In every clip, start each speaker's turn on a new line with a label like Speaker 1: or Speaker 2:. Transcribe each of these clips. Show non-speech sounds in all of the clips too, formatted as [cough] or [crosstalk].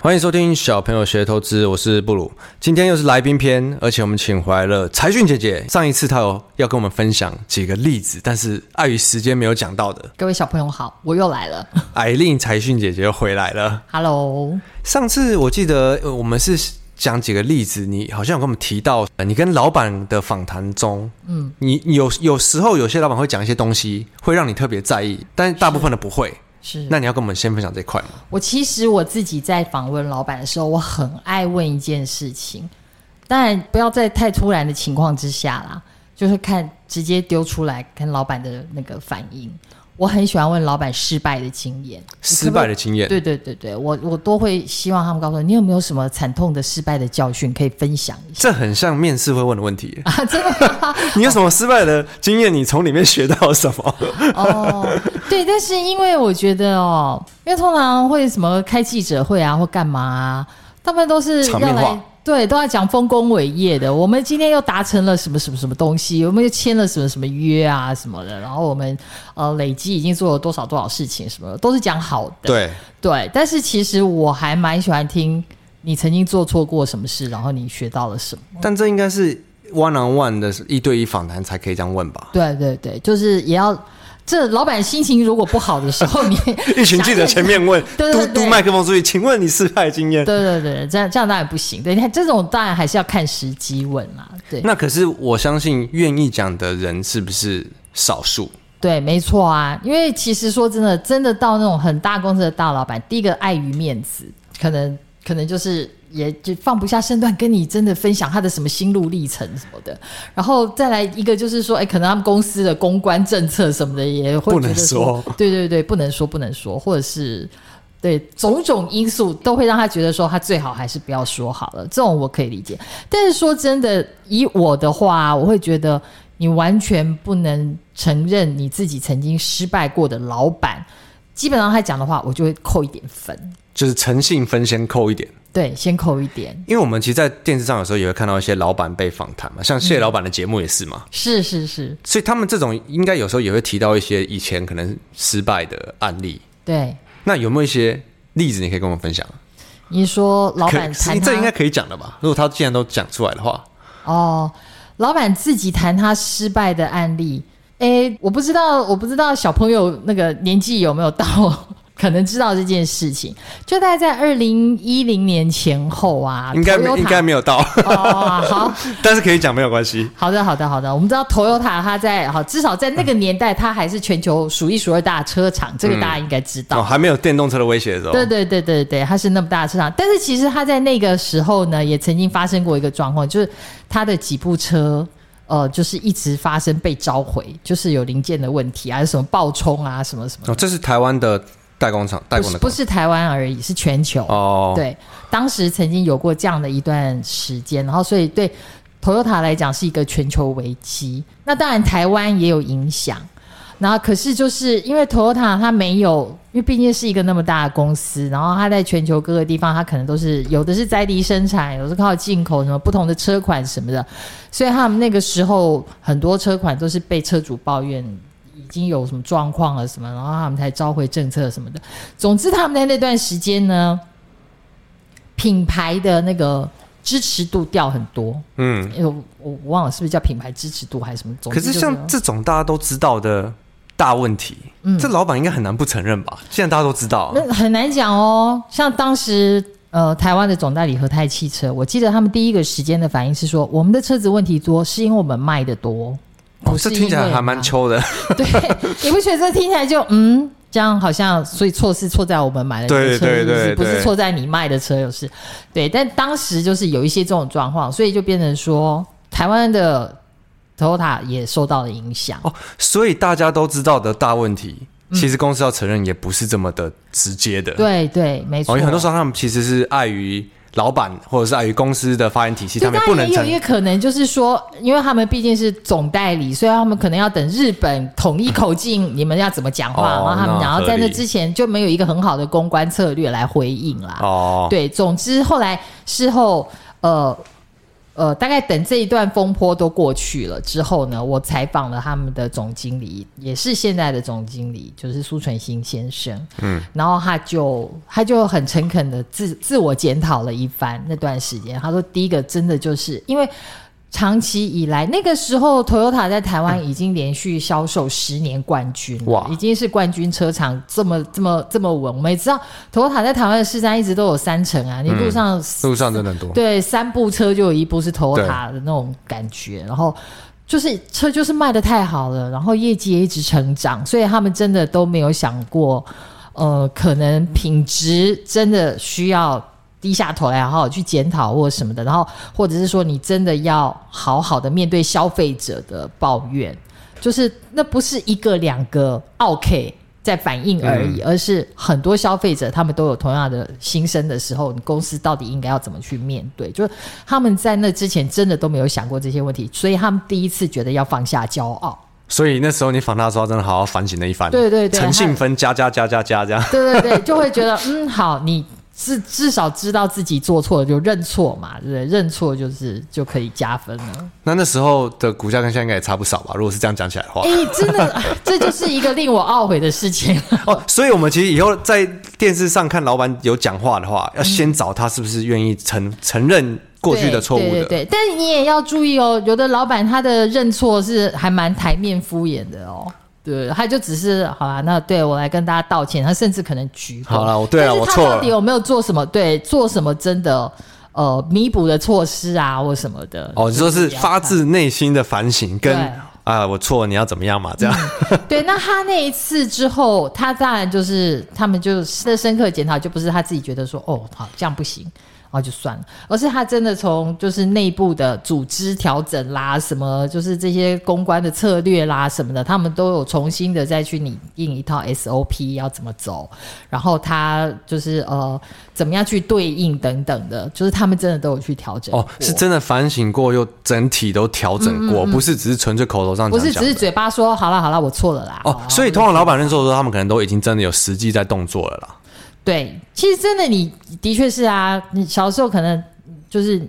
Speaker 1: 欢迎收听小朋友学投资，我是布鲁。今天又是来宾篇，而且我们请回来了财讯姐姐。上一次她有要跟我们分享几个例子，但是碍于时间没有讲到的，
Speaker 2: 各位小朋友好，我又
Speaker 1: [laughs]
Speaker 2: 来了
Speaker 1: 艾令财讯姐姐又回来了。
Speaker 2: ，Hello。
Speaker 1: 上次我记得呃我们是讲几个例子，你好像有跟我们提到，呃你跟老板的访谈中，嗯，你你有有时候有些老板会讲一些东西，会让你特别在意，但大部分的不会。
Speaker 2: 是
Speaker 1: 那你要跟我们先分享这一块吗？
Speaker 2: 我其实我自己在访问老板的时候，我很爱问一件事情，当然不要在太突然的情况之下啦，就是看直接丢出来看老板的那个反应。我很喜欢问老板失败的经验，
Speaker 1: 失败的经验，
Speaker 2: 对对对对，我我都会希望他们告诉我，你有没有什么惨痛的失败的教训可以分享一下？
Speaker 1: 这很像面试会问的问题。
Speaker 2: [laughs] 啊，真的吗？
Speaker 1: 你有什么失败的经验？你从里面学到了什么？
Speaker 2: 哦，对，但是因为我觉得哦，因为通常会什么开记者会啊，或干嘛啊，他们都是要
Speaker 1: 场面
Speaker 2: 来
Speaker 1: 话
Speaker 2: 对，都要讲丰功伟业的。我们今天又达成了什么什么什么东西，我们又签了什么什么约啊什么的，然后我们呃累积已经做了多少多少事情什么的，都是讲好的。
Speaker 1: 对，
Speaker 2: [laughs] 对，但是其实我还蛮喜欢听你曾经做错过什么事，然后你学到了什么。
Speaker 1: 但这应该是 one on one 的一对一访谈才可以这样问吧？
Speaker 2: 对对对，就是也要。这老板心情如果不好的时候， [laughs] 你
Speaker 1: 一群记者前面问，
Speaker 2: [laughs] 对
Speaker 1: 嘟
Speaker 2: 对
Speaker 1: 嘟
Speaker 2: 对
Speaker 1: 麦克风出去，请问你失败的经 [laughs] 验？
Speaker 2: 对对对，这样这样当然不行。对，你看这种当然还是要看时机问啦。对
Speaker 1: 那可是我相信愿意讲的人是不是少数？
Speaker 2: 对，没错啊。因为其实说真的，真的到那种很大公司的大老板，第一个碍于面子，可能可能就是也就放不下身段跟你真的分享他的什么心路历程什么的。然后再来一个就是说，哎，可能他们公司的公关政策什么的也会
Speaker 1: 不
Speaker 2: 觉
Speaker 1: 能
Speaker 2: 得
Speaker 1: 说，
Speaker 2: 对对对，不能说不能说，或者是。对种种因素都会让他觉得说他最好还是不要说好了，这种我可以理解。但是说真的，以我的话，我会觉得你完全不能承认你自己曾经失败过的老板，基本上他讲的话，我就会扣一点分。
Speaker 1: 就是诚信分先扣一点，
Speaker 2: 对，先扣一点。
Speaker 1: 因为我们其实，在电视上有时候也会看到一些老板被访谈嘛，像谢老板的节目也是嘛，
Speaker 2: 是是是，
Speaker 1: 所以他们这种应该有时候也会提到一些以前可能失败的案例。
Speaker 2: 对。
Speaker 1: 那有没有一些例子你可以跟我们分享？
Speaker 2: 你说老板
Speaker 1: 可
Speaker 2: 谈
Speaker 1: 以这应该
Speaker 2: 他
Speaker 1: 可以讲的吧？如果他既然都讲出来的话，
Speaker 2: 哦，老板自己谈他失败的案例。诶，我不知道，我不知道小朋友那个年纪有没有到， [laughs] 可能知道这件事情。就大概在二零一零年前后啊，
Speaker 1: 应该没
Speaker 2: Toyota-
Speaker 1: 应该没有到， [laughs]
Speaker 2: 哦，好，
Speaker 1: 但是可以讲没有关系。
Speaker 2: 好的，好的，好的。我们知道 Toyota 它在好，至少在那个年代，它还是全球数一数二大的车厂，这个大家应该知道。
Speaker 1: 哦，还没有电动车的威胁的时候，
Speaker 2: 对对对对对，它是那么大的市场，但是其实它在那个时候呢，也曾经发生过一个状况，就是它的几部车。呃，就是一直发生被召回，就是有零件的问题啊，还是什么爆冲啊，什么什么，
Speaker 1: 哦，这是台湾的代工厂代
Speaker 2: 不
Speaker 1: 工
Speaker 2: 是
Speaker 1: 的
Speaker 2: 不
Speaker 1: 工
Speaker 2: 是台湾而已，是全球。
Speaker 1: 哦，，
Speaker 2: 对，当时曾经有过这样的一段时间，然后所以对 Toyota 来讲是一个全球危机。那当然台湾也有影响，然后可是就是因为 Toyota 它没有，因为毕竟是一个那么大的公司，然后它在全球各个地方，它可能都是有的是在地生产，有的是靠进口什么不同的车款什么的，所以他们那个时候很多车款都是被车主抱怨。已经有什么状况了什么，然后他们才召回政策什么的。总之，他们在那段时间呢，品牌的那个支持度掉很多。
Speaker 1: 嗯。
Speaker 2: 因为我我我忘了是不是叫品牌支持度还是什么。总
Speaker 1: 可
Speaker 2: 之
Speaker 1: 是
Speaker 2: 就
Speaker 1: 像这种大家都知道的大问题，这老板应该很难不承认吧？现在大家都知道啊，
Speaker 2: 嗯那很难讲哦。像当时呃，台湾的总代理和泰汽车，我记得他们第一个时间的反应是说，我们的车子问题多，是因为我们卖的多。
Speaker 1: 哦
Speaker 2: 不，
Speaker 1: 这
Speaker 2: 是
Speaker 1: 听起
Speaker 2: 因
Speaker 1: 来
Speaker 2: 为
Speaker 1: 还蛮秋的。 [laughs]
Speaker 2: [laughs] 对，你不觉得这听起来就嗯，这样好像所以错是错在我们买的
Speaker 1: 对
Speaker 2: 车，
Speaker 1: 对
Speaker 2: 是不
Speaker 1: 对
Speaker 2: 是不
Speaker 1: 对
Speaker 2: 是错在你卖的车，有事。对，但当时就是有一些这种状况，所以就变成说台湾的 Toyota 也受到了影响。
Speaker 1: 哦，所以大家都知道的大问题，其实公司要承认也不是这么的直接的。，
Speaker 2: 嗯对对，没错。
Speaker 1: 哦，有很多时候他们其实是碍于老板或者是碍于公司的发言体系，他
Speaker 2: 对，
Speaker 1: 们
Speaker 2: 当
Speaker 1: 也不
Speaker 2: 然
Speaker 1: 能
Speaker 2: 也有
Speaker 1: 承
Speaker 2: 一个可能，就是说，因为他们毕竟是总代理，所以他们可能要等日本统一口径，你们要怎么讲话，
Speaker 1: 哦
Speaker 2: 然后他
Speaker 1: 那
Speaker 2: 们然后
Speaker 1: 合
Speaker 2: 在那
Speaker 1: 理
Speaker 2: 之前就没有一个很好的公关策略来回应啦。
Speaker 1: 哦，
Speaker 2: 对，总之后来事后，呃，呃，大概等这一段风波都过去了之后呢，我采访了他们的总经理，也是现在的总经理，就是苏纯兴先生。嗯，然后他就他就很诚恳的自自我检讨了一番那段时间。他说，第一个真的就是因为。长期以来，那个时候 Toyota 在台湾已经连续销售十年冠军了，
Speaker 1: 嗯哇
Speaker 2: 已经是冠军车厂这么这么这么稳。我们也知道 Toyota 在台湾的市占一直都有三成啊，你路上、
Speaker 1: 路上真的很多。
Speaker 2: 对，三部车就有一部是 Toyota 的那种感觉，然后就是车就是卖的太好了，然后业绩也一直成长，所以他们真的都没有想过，呃，可能品质真的需要。低下头来，好好去检讨或什么的，然后或者是说，你真的要好好的面对消费者的抱怨，就是那不是一个两个 OK 在反应而已，而是很多消费者他们都有同样的心声的时候，你公司到底应该要怎么去面对？就是他们在那之前真的都没有想过这些问题，所以他们第一次觉得要放下骄傲。
Speaker 1: 所以那时候你访他的时候，真的好好反省了一番。
Speaker 2: 对对对
Speaker 1: 诚信分加加加加加加。
Speaker 2: 对对对，就会觉得嗯，好，你至至少知道自己做错了就认错嘛，对不对？认错就是就可以加分了。
Speaker 1: 那那时候的股价跟现在应该也差不少吧？如果是这样讲起来的话
Speaker 2: 哎，，真的，这就是一个令我懊悔的事情。
Speaker 1: 哦，所以我们其实以后在电视上看老板有讲话的话，要先找他是不是愿意承承认过去的错误的。
Speaker 2: 对对对对，但是你也要注意哦，有的老板他的认错是还蛮台面敷衍的哦。对，他就只是好啦，那对我来跟大家道歉，他甚至可能鞠躬。
Speaker 1: 好啦我对啊
Speaker 2: 但是
Speaker 1: 我
Speaker 2: 他
Speaker 1: 错了
Speaker 2: 到底有没有做什么？对，做什么真的呃弥补的措施啊，或什么的？
Speaker 1: 哦，你说是
Speaker 2: 也要
Speaker 1: 发
Speaker 2: 看
Speaker 1: 自内心的反省跟
Speaker 2: 对
Speaker 1: 啊、我错了，你要怎么样嘛？这样、
Speaker 2: 对，那他那一次之后，他当然就是他们就是深刻检讨，就不是他自己觉得说哦好这样不行，然后就算了，而是他真的从就是内部的组织调整啦，什么就是这些公关的策略啦什么的，他们都有重新的再去拟定一套 SOP 要怎么走，然后他就是呃怎么样去对应等等的，就是他们真的都有去调整
Speaker 1: 哦，
Speaker 2: 过
Speaker 1: 是真的反省过，又整体都调整过，不是只是纯粹口头上
Speaker 2: 嗯不
Speaker 1: 讲
Speaker 2: 是
Speaker 1: 讲
Speaker 2: 只
Speaker 1: 的
Speaker 2: 是嘴巴说好了好了我错了啦
Speaker 1: 哦，所以通常老板认错的时候，他们可能都已经真的有实际在动作了啦。
Speaker 2: 对，其实真的你的确是啊，你小时候可能就是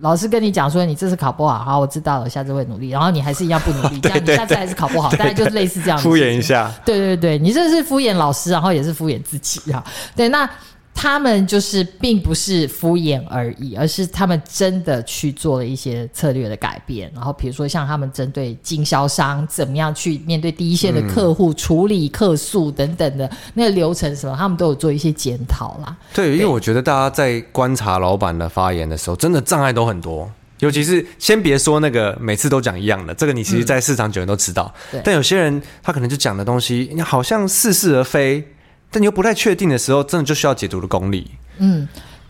Speaker 2: 老师跟你讲说你这次考不好，好，我知道了，下次会努力，然后你还是一样不努力，这样 [laughs] 你
Speaker 1: 对
Speaker 2: 下次还是考不好，大概就是类似这样的
Speaker 1: 敷
Speaker 2: 事
Speaker 1: 衍一
Speaker 2: 情
Speaker 1: 下，
Speaker 2: 对对对，你这是敷衍老师，然后也是敷衍自己啊。 [laughs] 对，那他们就是并不是敷衍而已，而是他们真的去做了一些策略的改变。然后比如说像他们针对经销商怎么样去面对第一线的客户、处理客诉等等的那个流程什么，他们都有做一些检讨啦。
Speaker 1: 对，因为我觉得大家在观察老板的发言的时候，真的障碍都很多。尤其是先别说那个每次都讲一样的，这个你其实在市场久了都知道。
Speaker 2: 嗯对
Speaker 1: 但有些人他可能就讲的东西，你好像似是而非，但你又不太确定的时候，真的就需要解读的功力。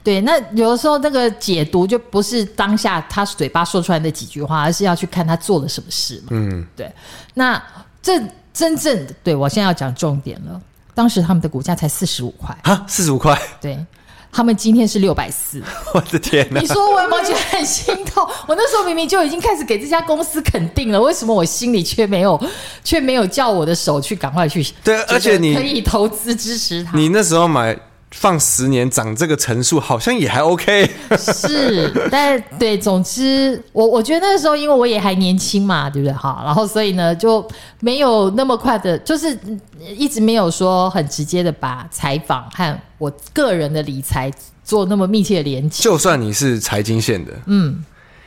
Speaker 2: 对，那有的时候那个解读就不是当下他嘴巴说出来那几句话，而是要去看他做了什么事嘛。嗯，对。那这真正的对我现在要讲重点了。当时他们的股价才四十五块，
Speaker 1: 哈，四十五块， [laughs]
Speaker 2: 对他们今天是六百四。
Speaker 1: 我的天哪
Speaker 2: 你！说我有没有觉得很心痛？我那时候明明就已经开始给这家公司肯定了，为什么我心里却没有却没有叫我的手去赶快去？
Speaker 1: 对而且你
Speaker 2: 可以投资支持他。
Speaker 1: 你那时候买放十年涨这个层数，好像也还
Speaker 2: [laughs]
Speaker 1: OK。
Speaker 2: 是，但对，总之，我我觉得那个时候，因为我也还年轻嘛，对不对？哈，然后所以呢，就没有那么快的，就是嗯一直没有说很直接的把采访和我个人的理财做那么密切的连接。
Speaker 1: 就算你是财经线的，嗯，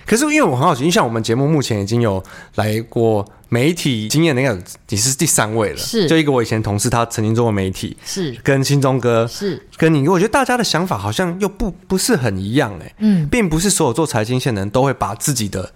Speaker 1: 可是因为我很好奇，因为像我们节目目前已经有来过媒体经验的，应该有你是第三位了，
Speaker 2: 是
Speaker 1: 就一个我以前同事，他曾经做过媒体，
Speaker 2: 是 [laughs]
Speaker 1: 跟新中哥。
Speaker 2: 是，
Speaker 1: 跟你，我觉得大家的想法好像又不不是很一样哎、
Speaker 2: 嗯，
Speaker 1: 并不是所有做财经线的人都会把自己的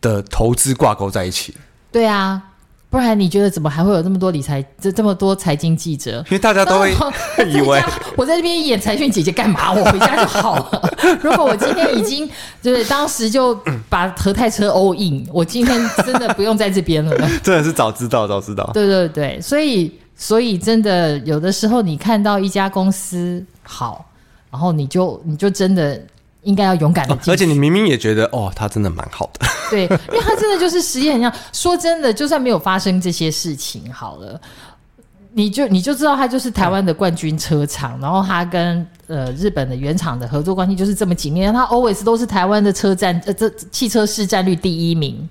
Speaker 1: 的投资挂钩在一起，
Speaker 2: 对啊，不然你觉得怎么还会有那么多理财，这这么多财经记者？
Speaker 1: 因为大家都
Speaker 2: [laughs]
Speaker 1: 会
Speaker 2: 然后我在
Speaker 1: [laughs] 以为
Speaker 2: 家我在这边演财讯姐姐干嘛？我回家就好了。如果我今天已经就是当时就把和泰车 all in，我今天真的不用在这边了。
Speaker 1: 真的是早知道早知道，
Speaker 2: 对对对，所以所以真的有的时候你看到一家公司好，然后你就你就真的应该要勇敢的
Speaker 1: 哦
Speaker 2: 进去、
Speaker 1: 而且你明明也觉得哦，他真的蛮好的，
Speaker 2: 对，因为他真的就是实验一样。说真的，就算没有发生这些事情，好了，你就你就知道它就是台湾的冠军车厂，然后它跟呃日本的原厂的合作关系就是这么紧密，它 always 都是台湾的车站呃这汽车市占率第一名。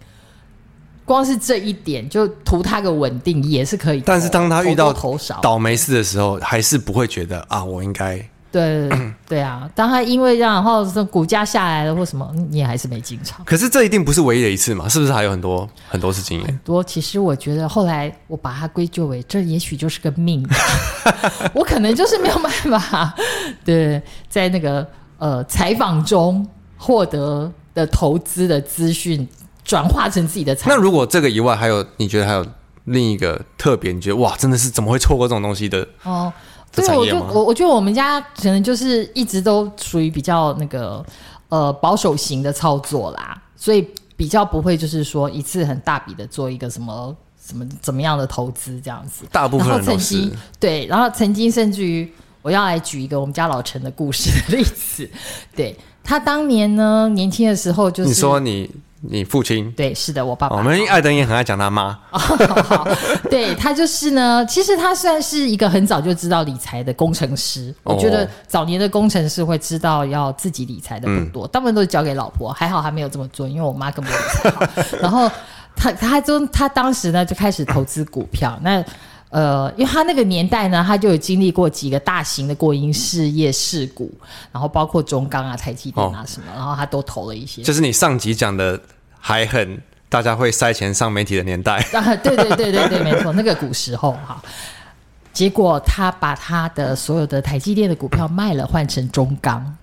Speaker 2: 光是这一点就图它个稳定也是可以投，
Speaker 1: 但是当他遇
Speaker 2: 投
Speaker 1: 到
Speaker 2: 多投少，
Speaker 1: 倒霉事的时候，还是不会觉得啊，我应该
Speaker 2: 对对啊，当他因为这样，然后这股价下来了或什么，你也还是没进场。
Speaker 1: 可是这一定不是唯一的一次嘛，是不是还有很多很多次经验？
Speaker 2: 多，其实我觉得后来我把它归咎为这也许就是个
Speaker 1: [laughs]
Speaker 2: 命，我可能就是没有办法对在那个呃采访中获得的投资的资讯转化成自己的财
Speaker 1: 那。如果这个以外，还有你觉得还有另一个特别，你觉得哇，真的是怎么会错过这种东西的？
Speaker 2: 哦，
Speaker 1: 这
Speaker 2: 对，
Speaker 1: 产
Speaker 2: 我
Speaker 1: 业
Speaker 2: 就
Speaker 1: 吗
Speaker 2: 我我觉得我们家可能就是一直都属于比较那个呃保守型的操作啦，所以比较不会就是说一次很大笔的做一个什么什么怎么样的投资这样子。
Speaker 1: 大部
Speaker 2: 然
Speaker 1: 分
Speaker 2: 后
Speaker 1: 人
Speaker 2: 曾
Speaker 1: 都是
Speaker 2: 经。对，然后曾经甚至于我要来举一个我们家老陈的故事的例子，对他当年呢年轻的时候就是
Speaker 1: 你说你你父亲，
Speaker 2: 对，是的，我爸爸。
Speaker 1: 哦我们艾登也很爱讲他妈，
Speaker 2: 好，对他就是呢，其实他算是一个很早就知道理财的工程师。
Speaker 1: 哦
Speaker 2: 我觉得早年的工程师会知道要自己理财的不多，大部分都是交给老婆。还好他没有这么做，因为我妈根本不理财好。然后他他就他当时呢就开始投资股票，那。呃，因为他那个年代呢，他就有经历过几个大型的国营事业事故，然后包括中钢啊、台积电啊什么，然后他都投了一些。
Speaker 1: 就是你上集讲的还很大家会塞钱上媒体的年
Speaker 2: [laughs]
Speaker 1: 代，
Speaker 2: 啊，对对对对对，没错，那个古时候哈。结果他把他的所有的台积电的股票卖了，换成中钢。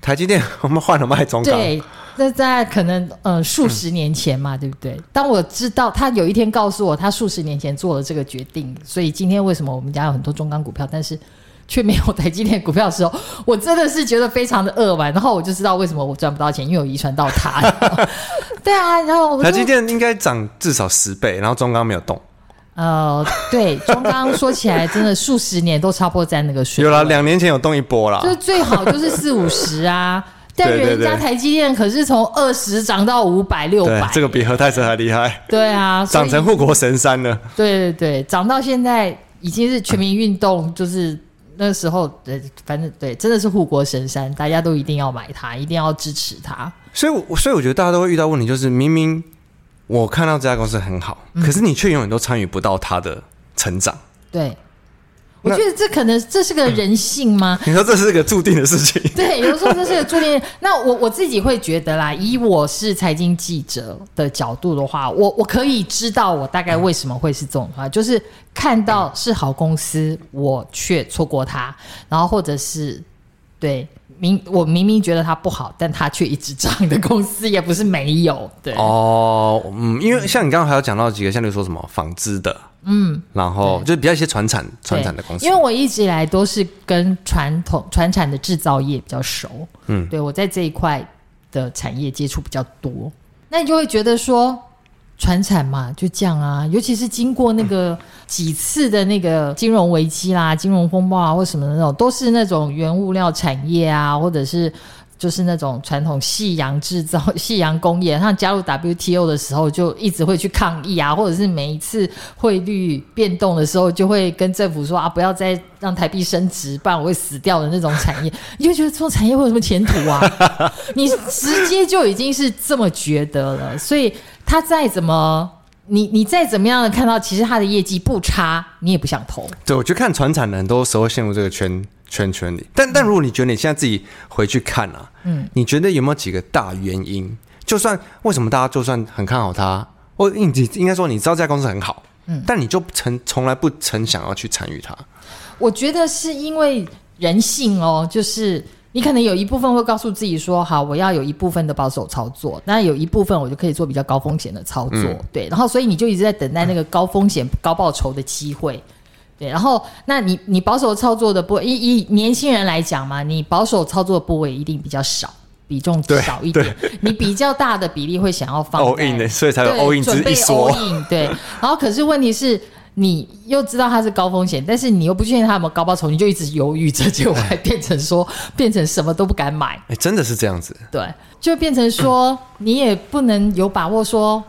Speaker 1: 台积电我们换了卖中港，
Speaker 2: 对，那在可能呃数十年前嘛，对不对？当我知道他有一天告诉我，他数十年前做了这个决定，所以今天为什么我们家有很多中钢股票，但是却没有台积电股票的时候，我真的是觉得非常的扼腕。然后我就知道为什么我赚不到钱，因为我遗传到他。 [laughs] 对啊，然后我就
Speaker 1: 台积电应该涨至少十倍，然后中钢没有动，
Speaker 2: 呃，对，中钢说起来真的数十年都差不多在那个水
Speaker 1: 有
Speaker 2: 位，
Speaker 1: 啦，两年前有动一波啦
Speaker 2: 就，是最好就是四五
Speaker 1: [laughs]
Speaker 2: 十啊。但
Speaker 1: 对对
Speaker 2: 人家
Speaker 1: 对
Speaker 2: 台积电可是从二十涨到五百六
Speaker 1: 对
Speaker 2: 百，，
Speaker 1: 这个比何泰哲还厉害，
Speaker 2: 对啊，所以
Speaker 1: 涨成护国神山了。
Speaker 2: 对对对，涨到现在已经是全民运动，就是那时候对，反正对，真的是护国神山，大家都一定要买它，一定要支持它。
Speaker 1: 所以我，所以我觉得大家都会遇到问题，就是明明我看到这家公司很好，可是你却永远都参与不到它的成长。 [laughs]
Speaker 2: 对，我
Speaker 1: 那
Speaker 2: 觉得这可能这是个人性吗？
Speaker 1: 你说这是个注定的事情，
Speaker 2: 对，有的时候这是个注定。那我我自己会觉得啦，以我是财经记者的角度的话，我我可以知道我大概为什么会是这种话，就是看到是好公司，我却错过它，然后或者是对明我明明觉得它不好，但它却一直涨的公司也不是没有。
Speaker 1: [laughs]
Speaker 2: 对，
Speaker 1: 哦，嗯，因为像你刚刚还有讲到几个，像比如说什么纺织的，嗯，然后就比较一些传产传产的公司
Speaker 2: 因为，我一直以来都是跟传统传产的制造业比较熟，嗯，对我在这一块的产业接触比较多，那你就会觉得说。传产嘛，就这样啊，尤其是经过那
Speaker 1: 嗯
Speaker 2: 个几次的那个金融危机啦、金融风暴啊，或什么的那种，都是那种原物料产业啊，或者是就是那种传统夕阳制造、 [laughs] 夕阳工业，像加入 WTO 的时候，就一直会去抗议啊，或者是每一次汇率变动的时候，就会跟政府说啊，不要再让台币升值，不然我会死掉的那种产业， [laughs] 你就觉得这种产业会有什么前途啊？ [laughs] 你直接就已经是这么觉得了，所以他再怎么。你你再怎么样的看到，其实他的业绩不差，你也不想投。
Speaker 1: 对，我觉得看传产的很多时候陷入这个圈圈圈里。但但如果你觉得你现在自己回去看啊，嗯，你觉得有没有几个大原因？就算为什么大家就算很看好它，或你你应该说你知道这家公司很好，嗯，但你就曾从来不曾想要去参与它。
Speaker 2: 我觉得是因为人性哦，就是你可能有一部分会告诉自己说，好，我要有一部分的保守操作，那有一部分我就可以做比较高风险的操作，
Speaker 1: 嗯
Speaker 2: 对，然后所以你就一直在等待那个高风险高报酬的机会。对，然后那你你保守操作的部以以年轻人来讲嘛，你保守操作的部位一定比较少，比重
Speaker 1: 对
Speaker 2: 少一点，你比较大的比例会想要放
Speaker 1: all
Speaker 2: 在
Speaker 1: in 的，所以才有
Speaker 2: 对，
Speaker 1: all in 只
Speaker 2: 准
Speaker 1: 是
Speaker 2: 备
Speaker 1: 一
Speaker 2: all
Speaker 1: 说。[laughs]
Speaker 2: in 对，然后可是问题是。你又知道它是高风险，但是你又不确定它有没有高报酬，你就一直犹豫着，结果还变成
Speaker 1: [laughs]
Speaker 2: 说变成什么都不敢买，
Speaker 1: 哎，真的是这样子。
Speaker 2: 对，就变成说你也不能有把握说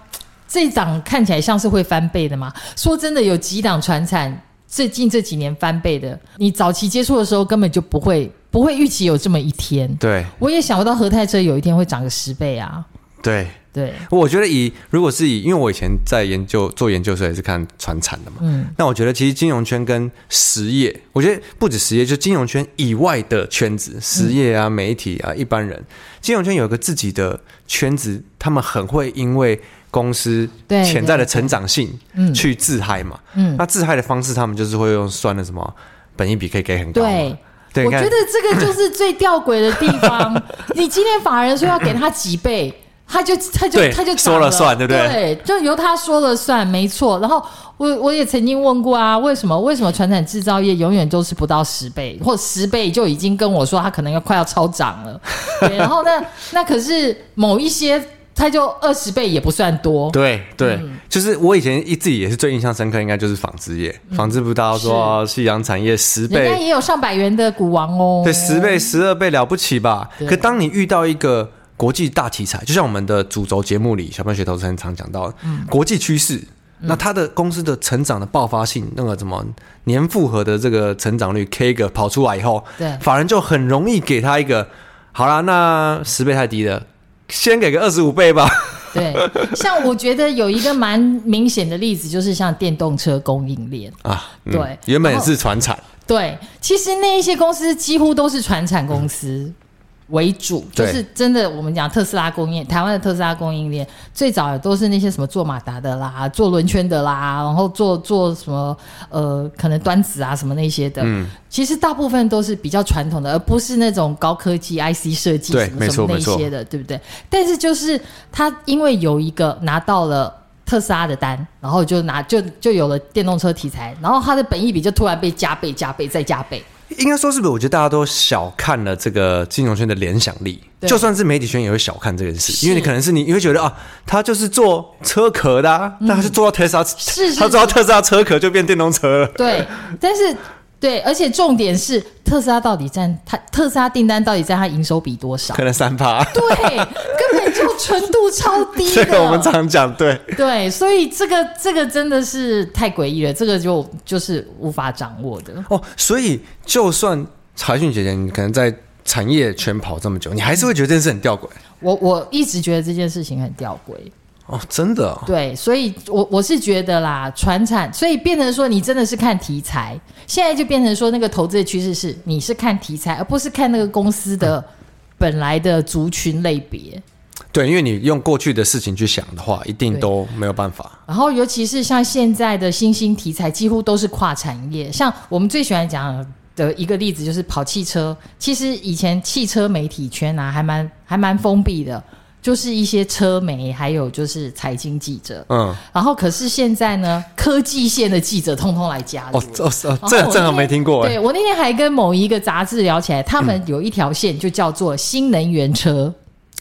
Speaker 2: 这一档看起来像是会翻倍的嘛。说真的，有几档船产最近这几年翻倍的，你早期接触的时候根本就不会不会预期有这么一天。
Speaker 1: 对
Speaker 2: 我也想不到和泰车有一天会涨个十倍啊！
Speaker 1: 对，
Speaker 2: 对，
Speaker 1: 我觉得以如果是以，因为我以前在研究做研究所也是看传产的嘛，
Speaker 2: 嗯，
Speaker 1: 那我觉得其实金融圈跟实业，我觉得不止实业，就金融圈以外的圈
Speaker 2: 嗯
Speaker 1: 子，实业啊、媒体啊、一般人，金融圈有一个自己的圈子，他们很会因为公司
Speaker 2: 对
Speaker 1: 潜在的成长性
Speaker 2: 嗯
Speaker 1: 去自嗨嘛，
Speaker 2: 嗯，
Speaker 1: 那自嗨的方式，他们就是会用算的什么本一比可以给很高嘛，
Speaker 2: 对。
Speaker 1: 对，
Speaker 2: 我
Speaker 1: 你看
Speaker 2: 觉得这个就是最吊诡的地
Speaker 1: [laughs]
Speaker 2: 方。你今天法人说要给他几倍，他就他就
Speaker 1: 对
Speaker 2: 他就涨
Speaker 1: 说了算对不对
Speaker 2: 对，就由他说了算，没错。然后我我也曾经问过啊，为什么为什么传统制造业永远都是不到十倍，或十倍就已经跟我说他可能要快要超
Speaker 1: [laughs]
Speaker 2: 涨了。对，然后那那可是某一些他就二十倍也不算多。
Speaker 1: 对对、
Speaker 2: 嗯
Speaker 1: 就是我以前一自己也是最印象深刻，应该就是纺织业，纺织不到说夕阳产业十
Speaker 2: 嗯人家
Speaker 1: 倍，
Speaker 2: 也有上百元的股王哦，
Speaker 1: 对十倍、十二倍了不起吧？
Speaker 2: 对
Speaker 1: 可当你遇到一个国际大题材，就像我们的主轴节目里小朋友学投资人常讲到的，
Speaker 2: 嗯
Speaker 1: 国际趋势。那它的公司的成长的爆发性，那个什么年复合的这个成长率 K 个跑出来以后，
Speaker 2: 对
Speaker 1: 法人就很容易给他一个，好啦，那十倍太低了，先给个二十五倍吧。
Speaker 2: 对，像我觉得有一个蛮明显的例子，就是像电动车供应链。
Speaker 1: 啊，嗯
Speaker 2: 对
Speaker 1: 原本也是传产，
Speaker 2: 对，其实那一些公司几乎都是传产公司为主，就
Speaker 1: 对
Speaker 2: 是真的我们讲特斯拉供应链，台湾的特斯拉供应链最早也都是那些什么做马达的啦，做轮圈的啦，然后做做什么呃，可能端子啊什么那些的。其实大部分都是比较传统的，而不是那种高科技 IC 设计
Speaker 1: 对
Speaker 2: 什
Speaker 1: 没
Speaker 2: 么
Speaker 1: 错
Speaker 2: 什么那
Speaker 1: 没错
Speaker 2: 些的，对不对？但是就是他因为有一个拿到了。特斯拉的单，然后就拿就就有了电动车题材，然后它的本益比就突然被加倍、加倍再加倍。
Speaker 1: 应该说是不是？我觉得大家都小看了这个金融圈的联想力，
Speaker 2: 对
Speaker 1: 就算是媒体圈也会小看这件事，
Speaker 2: 是
Speaker 1: 因为你可能是你，你会觉得啊，他就是做车壳的、啊，那他是做到特斯拉，
Speaker 2: 嗯是是
Speaker 1: 他做到特斯拉车壳就变电动车了。
Speaker 2: 对，
Speaker 1: [laughs]
Speaker 2: 但是对，而且重点是特斯拉到底占它特斯拉订单到底占它营收比多少？ [laughs]
Speaker 1: 可能三趴，
Speaker 2: 对，根本就纯度超
Speaker 1: [laughs]
Speaker 2: 低
Speaker 1: 这个我们
Speaker 2: 的。
Speaker 1: 常讲，对，
Speaker 2: 对，所以这个这个真的是太诡异了，这个就就是无法掌握的。
Speaker 1: 哦，所以就算查询姐姐，你可能在产业圈跑这么久，你还是会觉得这件事很吊诡
Speaker 2: 我我一直觉得这件事情很吊诡。
Speaker 1: 哦，真的哦、
Speaker 2: 对，所以我我是觉得啦，传产，所以变成说你真的是看题材，现在就变成说那个投资的趋势是你是看题材，而不是看那个公司的本来的族群类别。
Speaker 1: 对，因为你用过去的事情去想的话，一定
Speaker 2: 对
Speaker 1: 都没有办法。
Speaker 2: 然后，尤其是像现在的新兴题材，几乎都是跨产业。像我们最喜欢讲的一个例子就是跑汽车。其实以前汽车媒体圈啊，还蛮还蛮封闭的，就是一些车媒，还有就是财经记者。
Speaker 1: 嗯，
Speaker 2: 然后，可是现在呢，科技线的记者通通来加入。
Speaker 1: 哦，这哦
Speaker 2: 然后
Speaker 1: 这
Speaker 2: 我
Speaker 1: 这个
Speaker 2: 那
Speaker 1: 没
Speaker 2: 天
Speaker 1: 听过哎。
Speaker 2: 对我那天还跟某一个杂志聊起来，他们有一条线就叫做新能源车。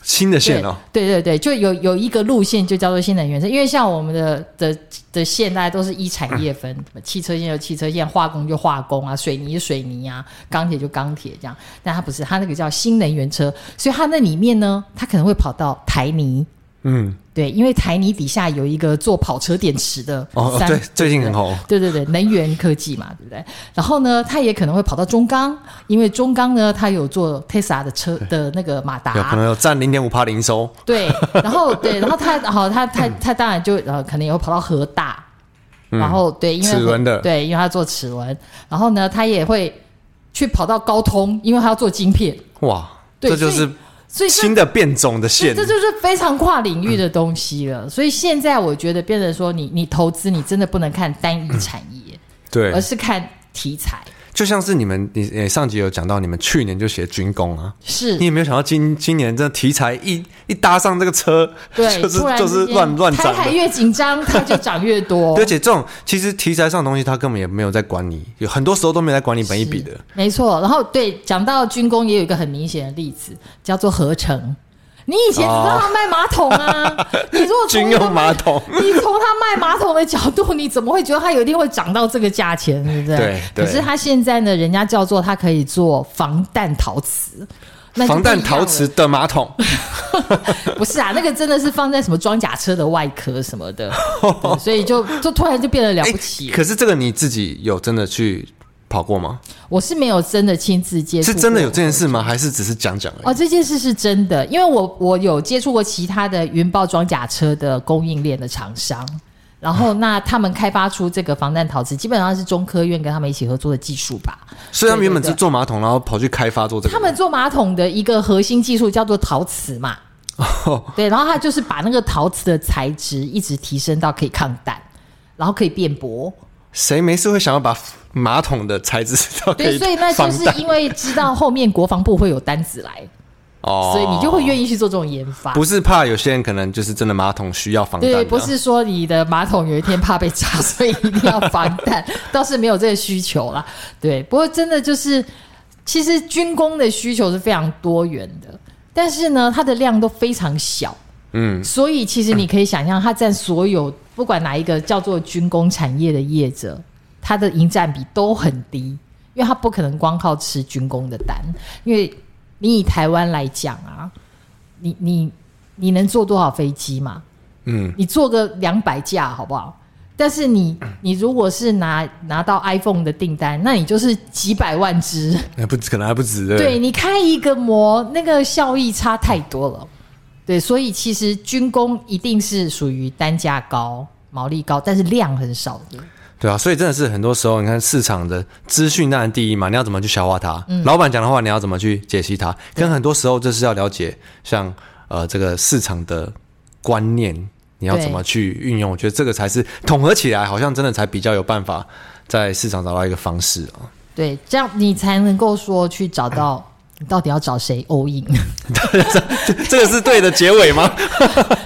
Speaker 1: 新的线哦，
Speaker 2: 对对对，就有有一个路线就叫做新能源车，因为像我们的的的线，大家都是一产
Speaker 1: [coughs]
Speaker 2: 业分，什么汽车线就汽车线，化工就化工啊，水泥就水泥啊，钢铁就钢铁这样。但它不是，它那个叫新能源车，所以它那里面呢，它可能会跑到台泥。
Speaker 1: 嗯，
Speaker 2: 对，因为台泥底下有一个做跑车电池的
Speaker 1: 哦，
Speaker 2: 三
Speaker 1: 对，最近很红，
Speaker 2: 对对对，能源科技嘛，对不对？然后呢，它也可能会跑到中钢，因为中钢呢，它有做 Tesla 的车的那个马达，
Speaker 1: 有可能有占零点五帕零收，
Speaker 2: 对，然后对，然后他 [laughs] 好，他他
Speaker 1: 嗯
Speaker 2: 他当然就呃，可能也会跑到和大，然后对，因为
Speaker 1: 齿轮的
Speaker 2: 对，因为他做齿轮，然后呢，他也会去跑到高通，因为他要做晶片，
Speaker 1: 哇，
Speaker 2: 对
Speaker 1: 这就是
Speaker 2: 所以这
Speaker 1: 新的变种的线
Speaker 2: 这，就是非常跨领域的东西了。所以现在我觉得变成说你，你投资你真的不能看单一产业，而
Speaker 1: 嗯对，
Speaker 2: 是看题材，
Speaker 1: 就像是你们，你你上集有讲到，你们去年就写军工啊，
Speaker 2: 是
Speaker 1: 你有没有想到今今年这题材一一搭上这个车，[laughs]
Speaker 2: 对，
Speaker 1: 就是
Speaker 2: 突然
Speaker 1: 就
Speaker 2: 之
Speaker 1: 是
Speaker 2: 间
Speaker 1: 乱乱
Speaker 2: 台
Speaker 1: 涨
Speaker 2: 海
Speaker 1: 的。
Speaker 2: 越紧张，它就涨越多。
Speaker 1: [laughs] 而且这种其实题材上的东西，它根本也没有在管你，有很多时候都没有在管你本一笔的
Speaker 2: 是，没错。然后对，讲到军工也有一个很明显的例子，叫做合成。你以前只知道他卖马桶啊， [laughs] 你如果从
Speaker 1: 哦军
Speaker 2: 一个
Speaker 1: 用马
Speaker 2: 卖，
Speaker 1: 桶。
Speaker 2: 你从他卖马桶的角度，你怎么会觉得他有一天会涨到这个价钱，对不对？
Speaker 1: 对对
Speaker 2: 可是他现在呢，人家叫做他可以做防弹陶瓷。那就
Speaker 1: 防
Speaker 2: 不一
Speaker 1: 弹
Speaker 2: 样了
Speaker 1: 陶瓷的马
Speaker 2: [laughs]
Speaker 1: 桶，
Speaker 2: 不是啊，那个真的是放在什么装甲车的外壳什么的，对所以就就突然就变得了不起。
Speaker 1: 可是这个你自己有真的去跑过吗？
Speaker 2: 我是没有真的亲自接触，
Speaker 1: 是真的有这件事吗？还是只是讲讲而
Speaker 2: 哦，
Speaker 1: 已？
Speaker 2: 这件事是真的，因为我我有接触过其他的云豹装甲车的供应链的厂商，然后那他们开发出这个防弹陶瓷，基本上是中科院跟他们一起合作的技术吧。
Speaker 1: 所以他们原本
Speaker 2: 对对
Speaker 1: 是做马桶，然后跑去开发做这个。
Speaker 2: 他们做马桶的一个核心技术叫做陶瓷嘛，
Speaker 1: 哦
Speaker 2: 对，然后它就是把那个陶瓷的材质一直提升到可以抗弹，然后可以变薄。
Speaker 1: 谁没事会想要把马桶的材质到可
Speaker 2: 对，所以那就
Speaker 1: 防
Speaker 2: 是
Speaker 1: 弹
Speaker 2: 因为知道后面国防部会有单子来，
Speaker 1: 哦，
Speaker 2: 所以你就会愿意去做这种研发。
Speaker 1: 不是怕有些人可能就是真的马桶需要防弹的，
Speaker 2: 对，不是说你的马桶有一天怕被炸， [laughs] 所以一定要防弹，倒是没有这个需求啦。对，不过真的就是，其实军工的需求是非常多元的，但是呢，它的量都非常小。
Speaker 1: 嗯，
Speaker 2: 所以其实你可以想象，它占所有不管哪一个叫做军工产业的业者，它的营占比都很低，因为它不可能光靠吃军工的单。因为你以台湾来讲啊，你你你能做多少飞机嘛？
Speaker 1: 嗯，
Speaker 2: 你做个两百架好不好？但是你你如果是拿拿到 iPhone 的订单，那你就是几百万只。
Speaker 1: 还哎不可能还不止
Speaker 2: 对你开一个模，那个效益差太多了。对，所以其实军工一定是属于单价高、毛利高，但是量很少的。
Speaker 1: 对啊，所以真的是很多时候，你看市场的资讯当然第一嘛，你要怎么去消化它？
Speaker 2: 嗯
Speaker 1: 老板讲的话，你要怎么去解析它？跟很多时候就是要了解像呃这个市场的观念，你要
Speaker 2: 对
Speaker 1: 怎么去运用？我觉得这个才是统合起来，好像真的才比较有办法在市场找到一个方式啊。
Speaker 2: 对，这样你才能够说去找
Speaker 1: [coughs]
Speaker 2: 到你到底要找谁 all in。
Speaker 1: [laughs] 这个是对的结尾吗？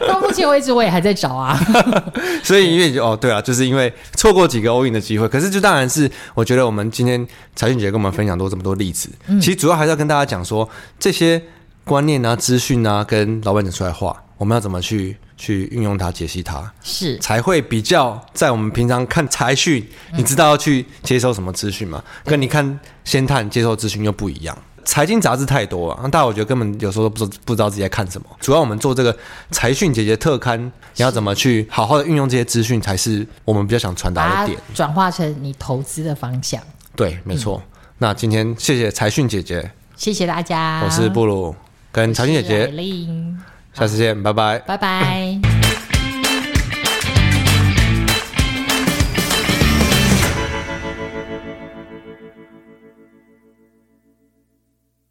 Speaker 2: 到目前为止，我也还在找啊。
Speaker 1: [laughs] 所以因为哦，对啊，就是因为错过几个欧运的机会，可是就当然是我觉得我们今天财讯姐跟我们分享多这么多例子，其实主要还是要跟大家讲说这些观念啊、资讯啊，跟老板讲出来的话，我们要怎么去去运用它、解析它，
Speaker 2: 是，
Speaker 1: 才会比较在我们平常看财讯，你知道要去接收什么资讯嘛，跟你看先探接收资讯又不一样。财经杂志太多了，那大家我觉得根本有时候都不知不知道自己在看什么。主要我们做这个财讯姐姐特刊，你要怎么去好好的运用这些资讯，才是我们比较想传达
Speaker 2: 把
Speaker 1: 的
Speaker 2: 它
Speaker 1: 点。
Speaker 2: 转化成你投资的方向。
Speaker 1: 对，没错。那今天谢谢财讯姐姐，
Speaker 2: 谢谢大家，
Speaker 1: 我是布鲁，跟财讯姐
Speaker 2: 我是
Speaker 1: 姐
Speaker 2: 海，琳，
Speaker 1: 下次见，拜拜。
Speaker 2: 拜拜。